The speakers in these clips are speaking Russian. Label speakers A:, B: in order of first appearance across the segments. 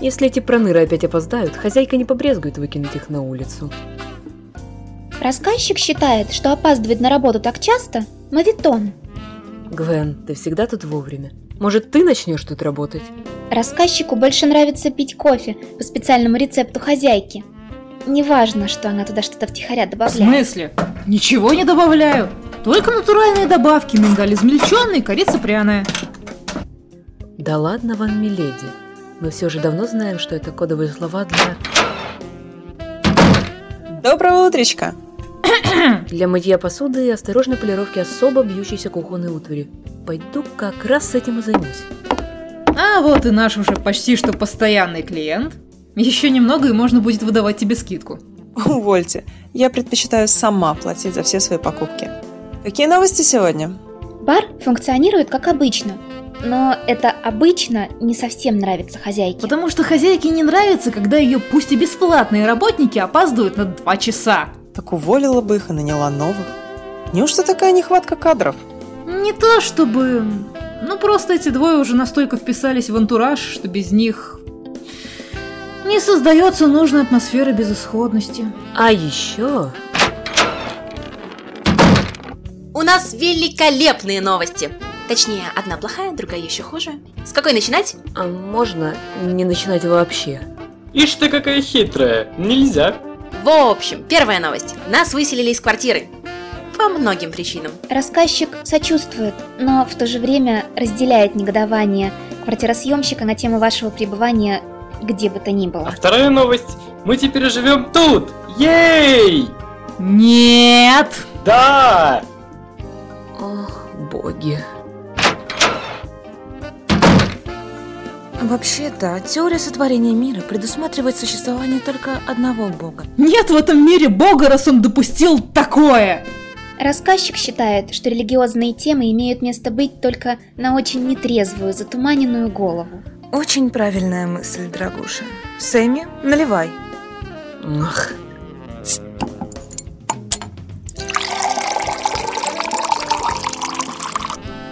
A: Если эти проныры опять опоздают, хозяйка не побрезгует выкинуть их на улицу.
B: Рассказчик считает, что опаздывает на работу так часто – мавитон.
A: Гвен, ты всегда тут вовремя. Может, ты начнешь тут работать?
B: Рассказчику больше нравится пить кофе по специальному рецепту хозяйки. Неважно, что она туда что-то втихаря
C: В
B: добавляет.
C: смысле? Ничего не добавляю. Только натуральные добавки. Миндаль измельченный, корица пряная.
A: Да ладно вам, миледи. Мы все же давно знаем, что это кодовые слова для...
D: Доброго утречка!
A: Для мытья посуды и осторожной полировки особо бьющейся кухонной утвари. Пойду как раз с этим и займусь.
C: А вот и наш уже почти что постоянный клиент. Еще немного и можно будет выдавать тебе скидку.
D: Увольте, я предпочитаю сама платить за все свои покупки. Какие новости сегодня?
B: Бар функционирует как обычно, но это обычно не совсем нравится хозяйке.
C: Потому что хозяйке не нравится, когда ее пусть и бесплатные работники опаздывают на два часа.
D: Так уволила бы их и наняла новых. Неужто такая нехватка кадров?
C: Не то чтобы... Ну просто эти двое уже настолько вписались в антураж, что без них... Не создается нужная атмосфера безысходности.
A: А еще...
E: У нас великолепные новости. Точнее, одна плохая, другая еще хуже. С какой начинать?
A: А можно не начинать вообще?
F: Ишь ты какая хитрая. Нельзя.
E: В общем, первая новость. Нас выселили из квартиры. По многим причинам.
B: Рассказчик сочувствует, но в то же время разделяет негодование квартиросъемщика на тему вашего пребывания где бы то ни
F: А
B: было.
F: вторая новость. Мы теперь живем тут. Ей!
C: Нет!
F: Да!
A: Ох, боги.
G: Вообще-то, теория сотворения мира предусматривает существование только одного бога.
C: Нет в этом мире бога, раз он допустил такое!
B: Рассказчик считает, что религиозные темы имеют место быть только на очень нетрезвую, затуманенную голову.
G: Очень правильная мысль, дорогуша. Сэмми, наливай.
A: Ах,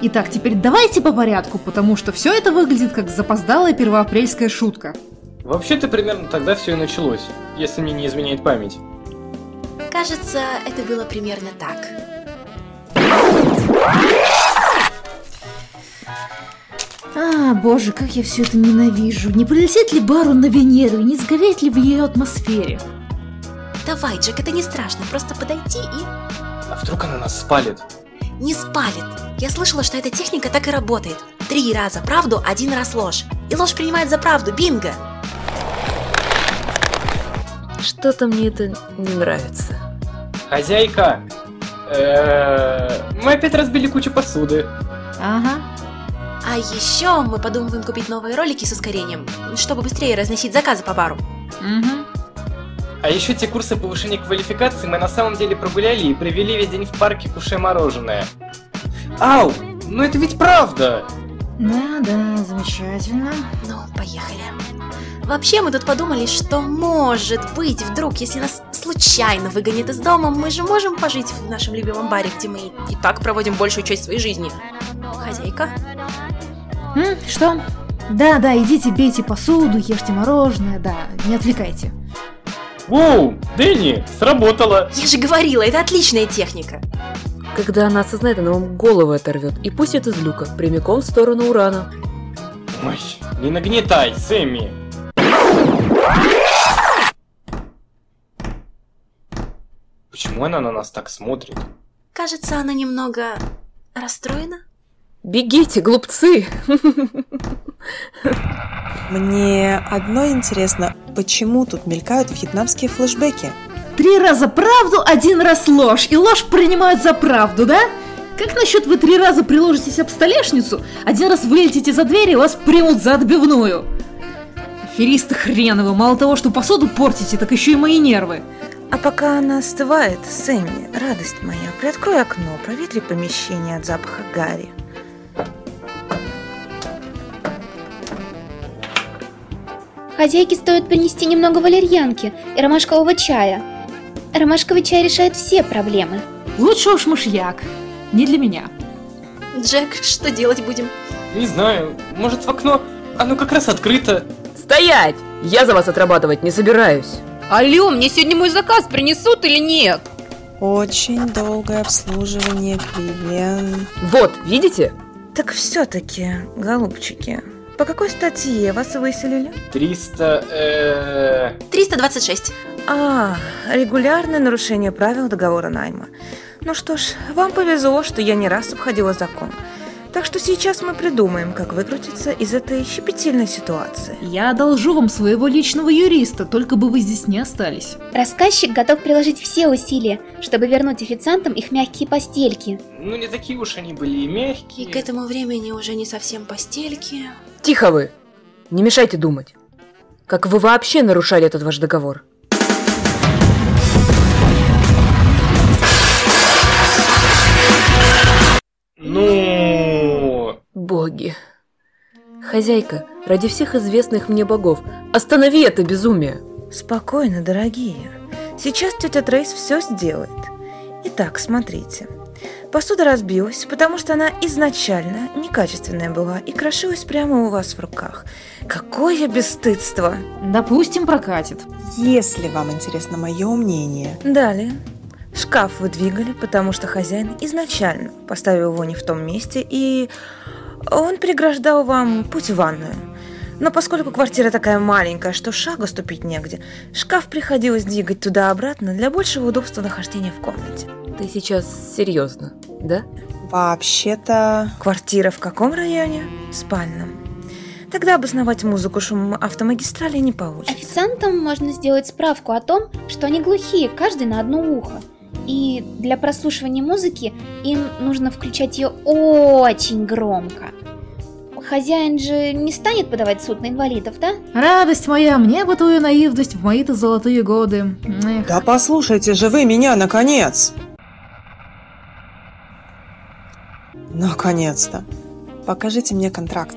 C: Итак, теперь давайте по порядку, потому что все это выглядит как запоздалая первоапрельская шутка.
F: Вообще-то примерно тогда все и началось, если мне не изменяет память.
E: Кажется, это было примерно так.
C: А, боже, как я все это ненавижу. Не прилетит ли Бару на Венеру и не сгореть ли в ее атмосфере?
E: Давай, Джек, это не страшно. Просто подойти и
F: А вдруг она нас спалит?
E: не спалит. Я слышала, что эта техника так и работает. Три раза правду, один раз ложь. И ложь принимает за правду. Бинго!
A: что-то мне это не нравится.
F: Хозяйка! Э, Мы опять разбили кучу посуды.
C: Ага.
E: А еще мы подумываем купить новые ролики с ускорением, чтобы быстрее разносить заказы по бару.
C: Угу.
F: А еще те курсы повышения квалификации мы на самом деле прогуляли и провели весь день в парке кушая мороженое. Ау! Ну это ведь правда!
C: Да, да, замечательно.
E: Ну, поехали. Вообще, мы тут подумали, что может быть, вдруг, если нас случайно выгонят из дома, мы же можем пожить в нашем любимом баре, где мы и так проводим большую часть своей жизни. Хозяйка?
C: М, что? Да, да, идите, бейте посуду, ешьте мороженое, да, не отвлекайте.
F: Воу! Дэнни! Сработало!
E: Я же говорила, это отличная техника.
A: Когда она осознает, она вам голову оторвет и пустит из люка прямиком в сторону урана.
F: Ой, не нагнетай, Сэмми! Почему она на нас так смотрит?
E: Кажется, она немного расстроена.
A: Бегите, глупцы!
D: Мне одно интересно, почему тут мелькают вьетнамские флешбеки?
C: Три раза правду, один раз ложь. И ложь принимают за правду, да? Как насчет вы три раза приложитесь об столешницу, один раз вылетите за дверь и вас примут за отбивную? Аферисты хреновы, мало того, что посуду портите, так еще и мои нервы.
G: А пока она остывает, Сэмми, радость моя, приоткрой окно, проветри помещение от запаха гари.
B: Хозяйке стоит принести немного валерьянки и ромашкового чая. Ромашковый чай решает все проблемы.
C: Лучше уж мышьяк. Не для меня.
E: Джек, что делать будем?
F: Не знаю, может в окно? Оно как раз открыто.
A: Стоять! Я за вас отрабатывать не собираюсь.
H: Алло, мне сегодня мой заказ принесут или нет?
D: Очень долгое обслуживание клиент.
A: Вот, видите?
G: Так все-таки, голубчики, по какой статье вас выселили?
F: 300... э,
E: 326.
G: А, регулярное нарушение правил договора найма. Ну что ж, вам повезло, что я не раз обходила закон. Так что сейчас мы придумаем, как выкрутиться из этой щепетильной ситуации.
C: Я одолжу вам своего личного юриста, только бы вы здесь не остались.
B: Рассказчик готов приложить все усилия, чтобы вернуть официантам их мягкие постельки.
F: Ну, не такие уж они были и
E: И
F: мягкие.
E: к этому времени уже не совсем постельки.
A: Тихо вы! Не мешайте думать. Как вы вообще нарушали этот ваш договор?
F: Ну...
A: Боги. Хозяйка, ради всех известных мне богов, останови это безумие!
G: Спокойно, дорогие. Сейчас тетя Трейс все сделает. Итак, смотрите. Посуда разбилась, потому что она изначально некачественная была и крошилась прямо у вас в руках. Какое бесстыдство!
C: Допустим, прокатит.
D: Если вам интересно мое мнение,
G: Далее. Шкаф выдвигали, потому что хозяин изначально поставил его не в том месте, и он преграждал вам путь в ванную. Но поскольку квартира такая маленькая, что шага ступить негде, шкаф приходилось двигать туда-обратно для большего удобства нахождения в комнате.
A: Ты сейчас серьезно, да?
D: вообще-то...
G: Квартира в каком районе? Спальном. Тогда обосновать музыку шумом автомагистрали не получится.
B: Официантам можно сделать справку о том, что они глухие, каждый на одно ухо. И для прослушивания музыки им нужно включать ее очень громко. Хозяин же не станет подавать в суд на инвалидов, да?
C: Радость моя, мне бы твою наивность в мои-то золотые годы. Эх.
D: Да послушайте же вы меня, наконец! Наконец-то! Покажите мне контракт.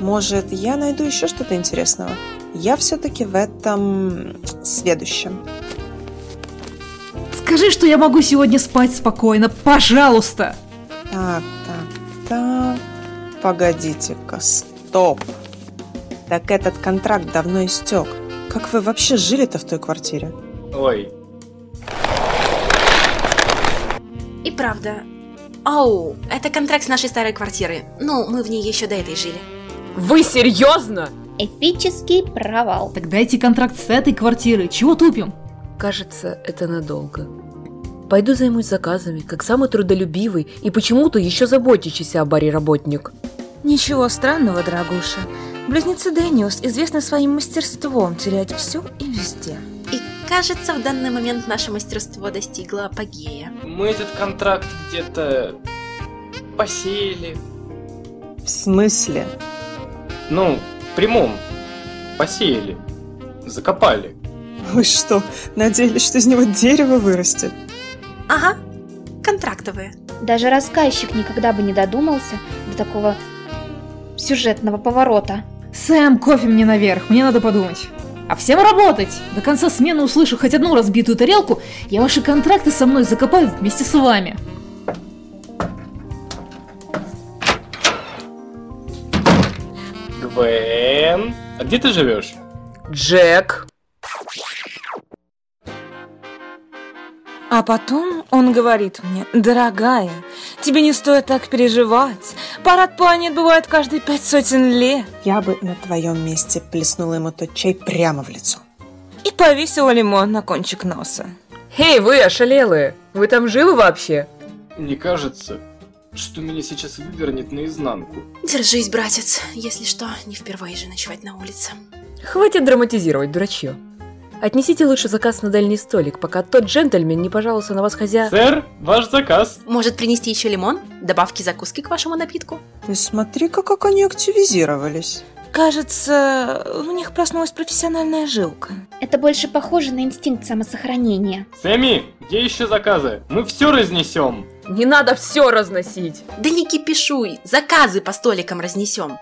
D: Может, я найду еще что-то интересного? Я все-таки в этом следующем.
C: Скажи, что я могу сегодня спать спокойно, пожалуйста.
D: Так, так, так. Погодите-ка, стоп. Так этот контракт давно истек. Как вы вообще жили-то в той квартире?
F: Ой,
E: И правда. Оу, это контракт с нашей старой квартиры. Ну, мы в ней еще до этой жили.
A: Вы серьезно?
B: Эпический провал.
C: Так дайте контракт с этой квартиры, чего тупим?
A: Кажется, это надолго. Пойду займусь заказами, как самый трудолюбивый и почему-то еще заботящийся о баре работник.
G: Ничего странного, дорогуша. Близнецы Дэниус известны своим мастерством терять все и везде.
E: И кажется, в данный момент наше мастерство достигло апогея.
F: мы этот контракт где-то посеяли.
D: В смысле?
F: Ну, в прямом. Посеяли. Закопали.
D: Вы что, надеялись, что из него дерево вырастет?
E: Ага, контрактовые.
B: Даже рассказчик никогда бы не додумался до такого сюжетного поворота.
C: Сэм, кофе мне наверх, мне надо подумать. А всем работать! До конца смены услышу хоть одну разбитую тарелку, я ваши контракты со мной закопаю вместе с вами.
F: Гвен, а где ты живешь?
A: Джек!
G: А потом он говорит мне, дорогая, тебе не стоит так переживать. Парад планет бывает каждые пять сотен лет.
D: Я бы на твоем месте плеснула ему тот чай прямо в лицо.
G: И повесила лимон на кончик носа.
A: Эй, вы ошалелые! Вы там живы вообще?
F: Мне кажется, что меня сейчас вывернет наизнанку.
E: Держись, братец, если что, не впервые же ночевать на улице.
A: Хватит драматизировать, дурачье. Отнесите лучше заказ на дальний столик, пока тот джентльмен не пожаловался на вас хозя...
F: Сэр, ваш заказ.
E: Может принести еще лимон? Добавки закуски к вашему напитку?
D: Ты «Ну, смотри-ка, как они активизировались.
G: Кажется, в них проснулась профессиональная жилка.
B: Это больше похоже на инстинкт самосохранения.
F: Сэмми, где еще заказы? Мы все разнесем.
A: Не надо все разносить!
E: Да не кипишуй, заказы по столикам разнесем.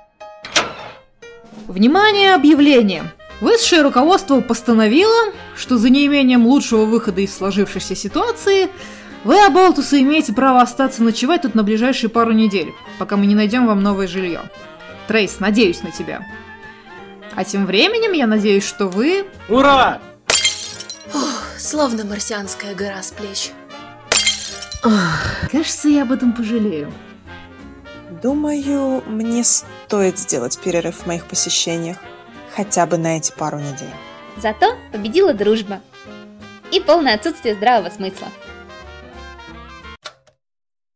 C: Внимание, объявление! Высшее руководство постановило, что за неимением лучшего выхода из сложившейся ситуации вы, оболтусы, имеете право остаться ночевать тут на ближайшие пару недель, пока мы не найдем вам новое жилье. Трейс, надеюсь на тебя. А тем временем я надеюсь, что вы...
F: Ура!
E: Словно марсианская гора с плеч.
C: Кажется, я об этом пожалею.
D: Думаю, мне стоит сделать перерыв в моих посещениях. Хотя бы на эти пару недель.
B: Зато победила дружба. И полное отсутствие здравого смысла.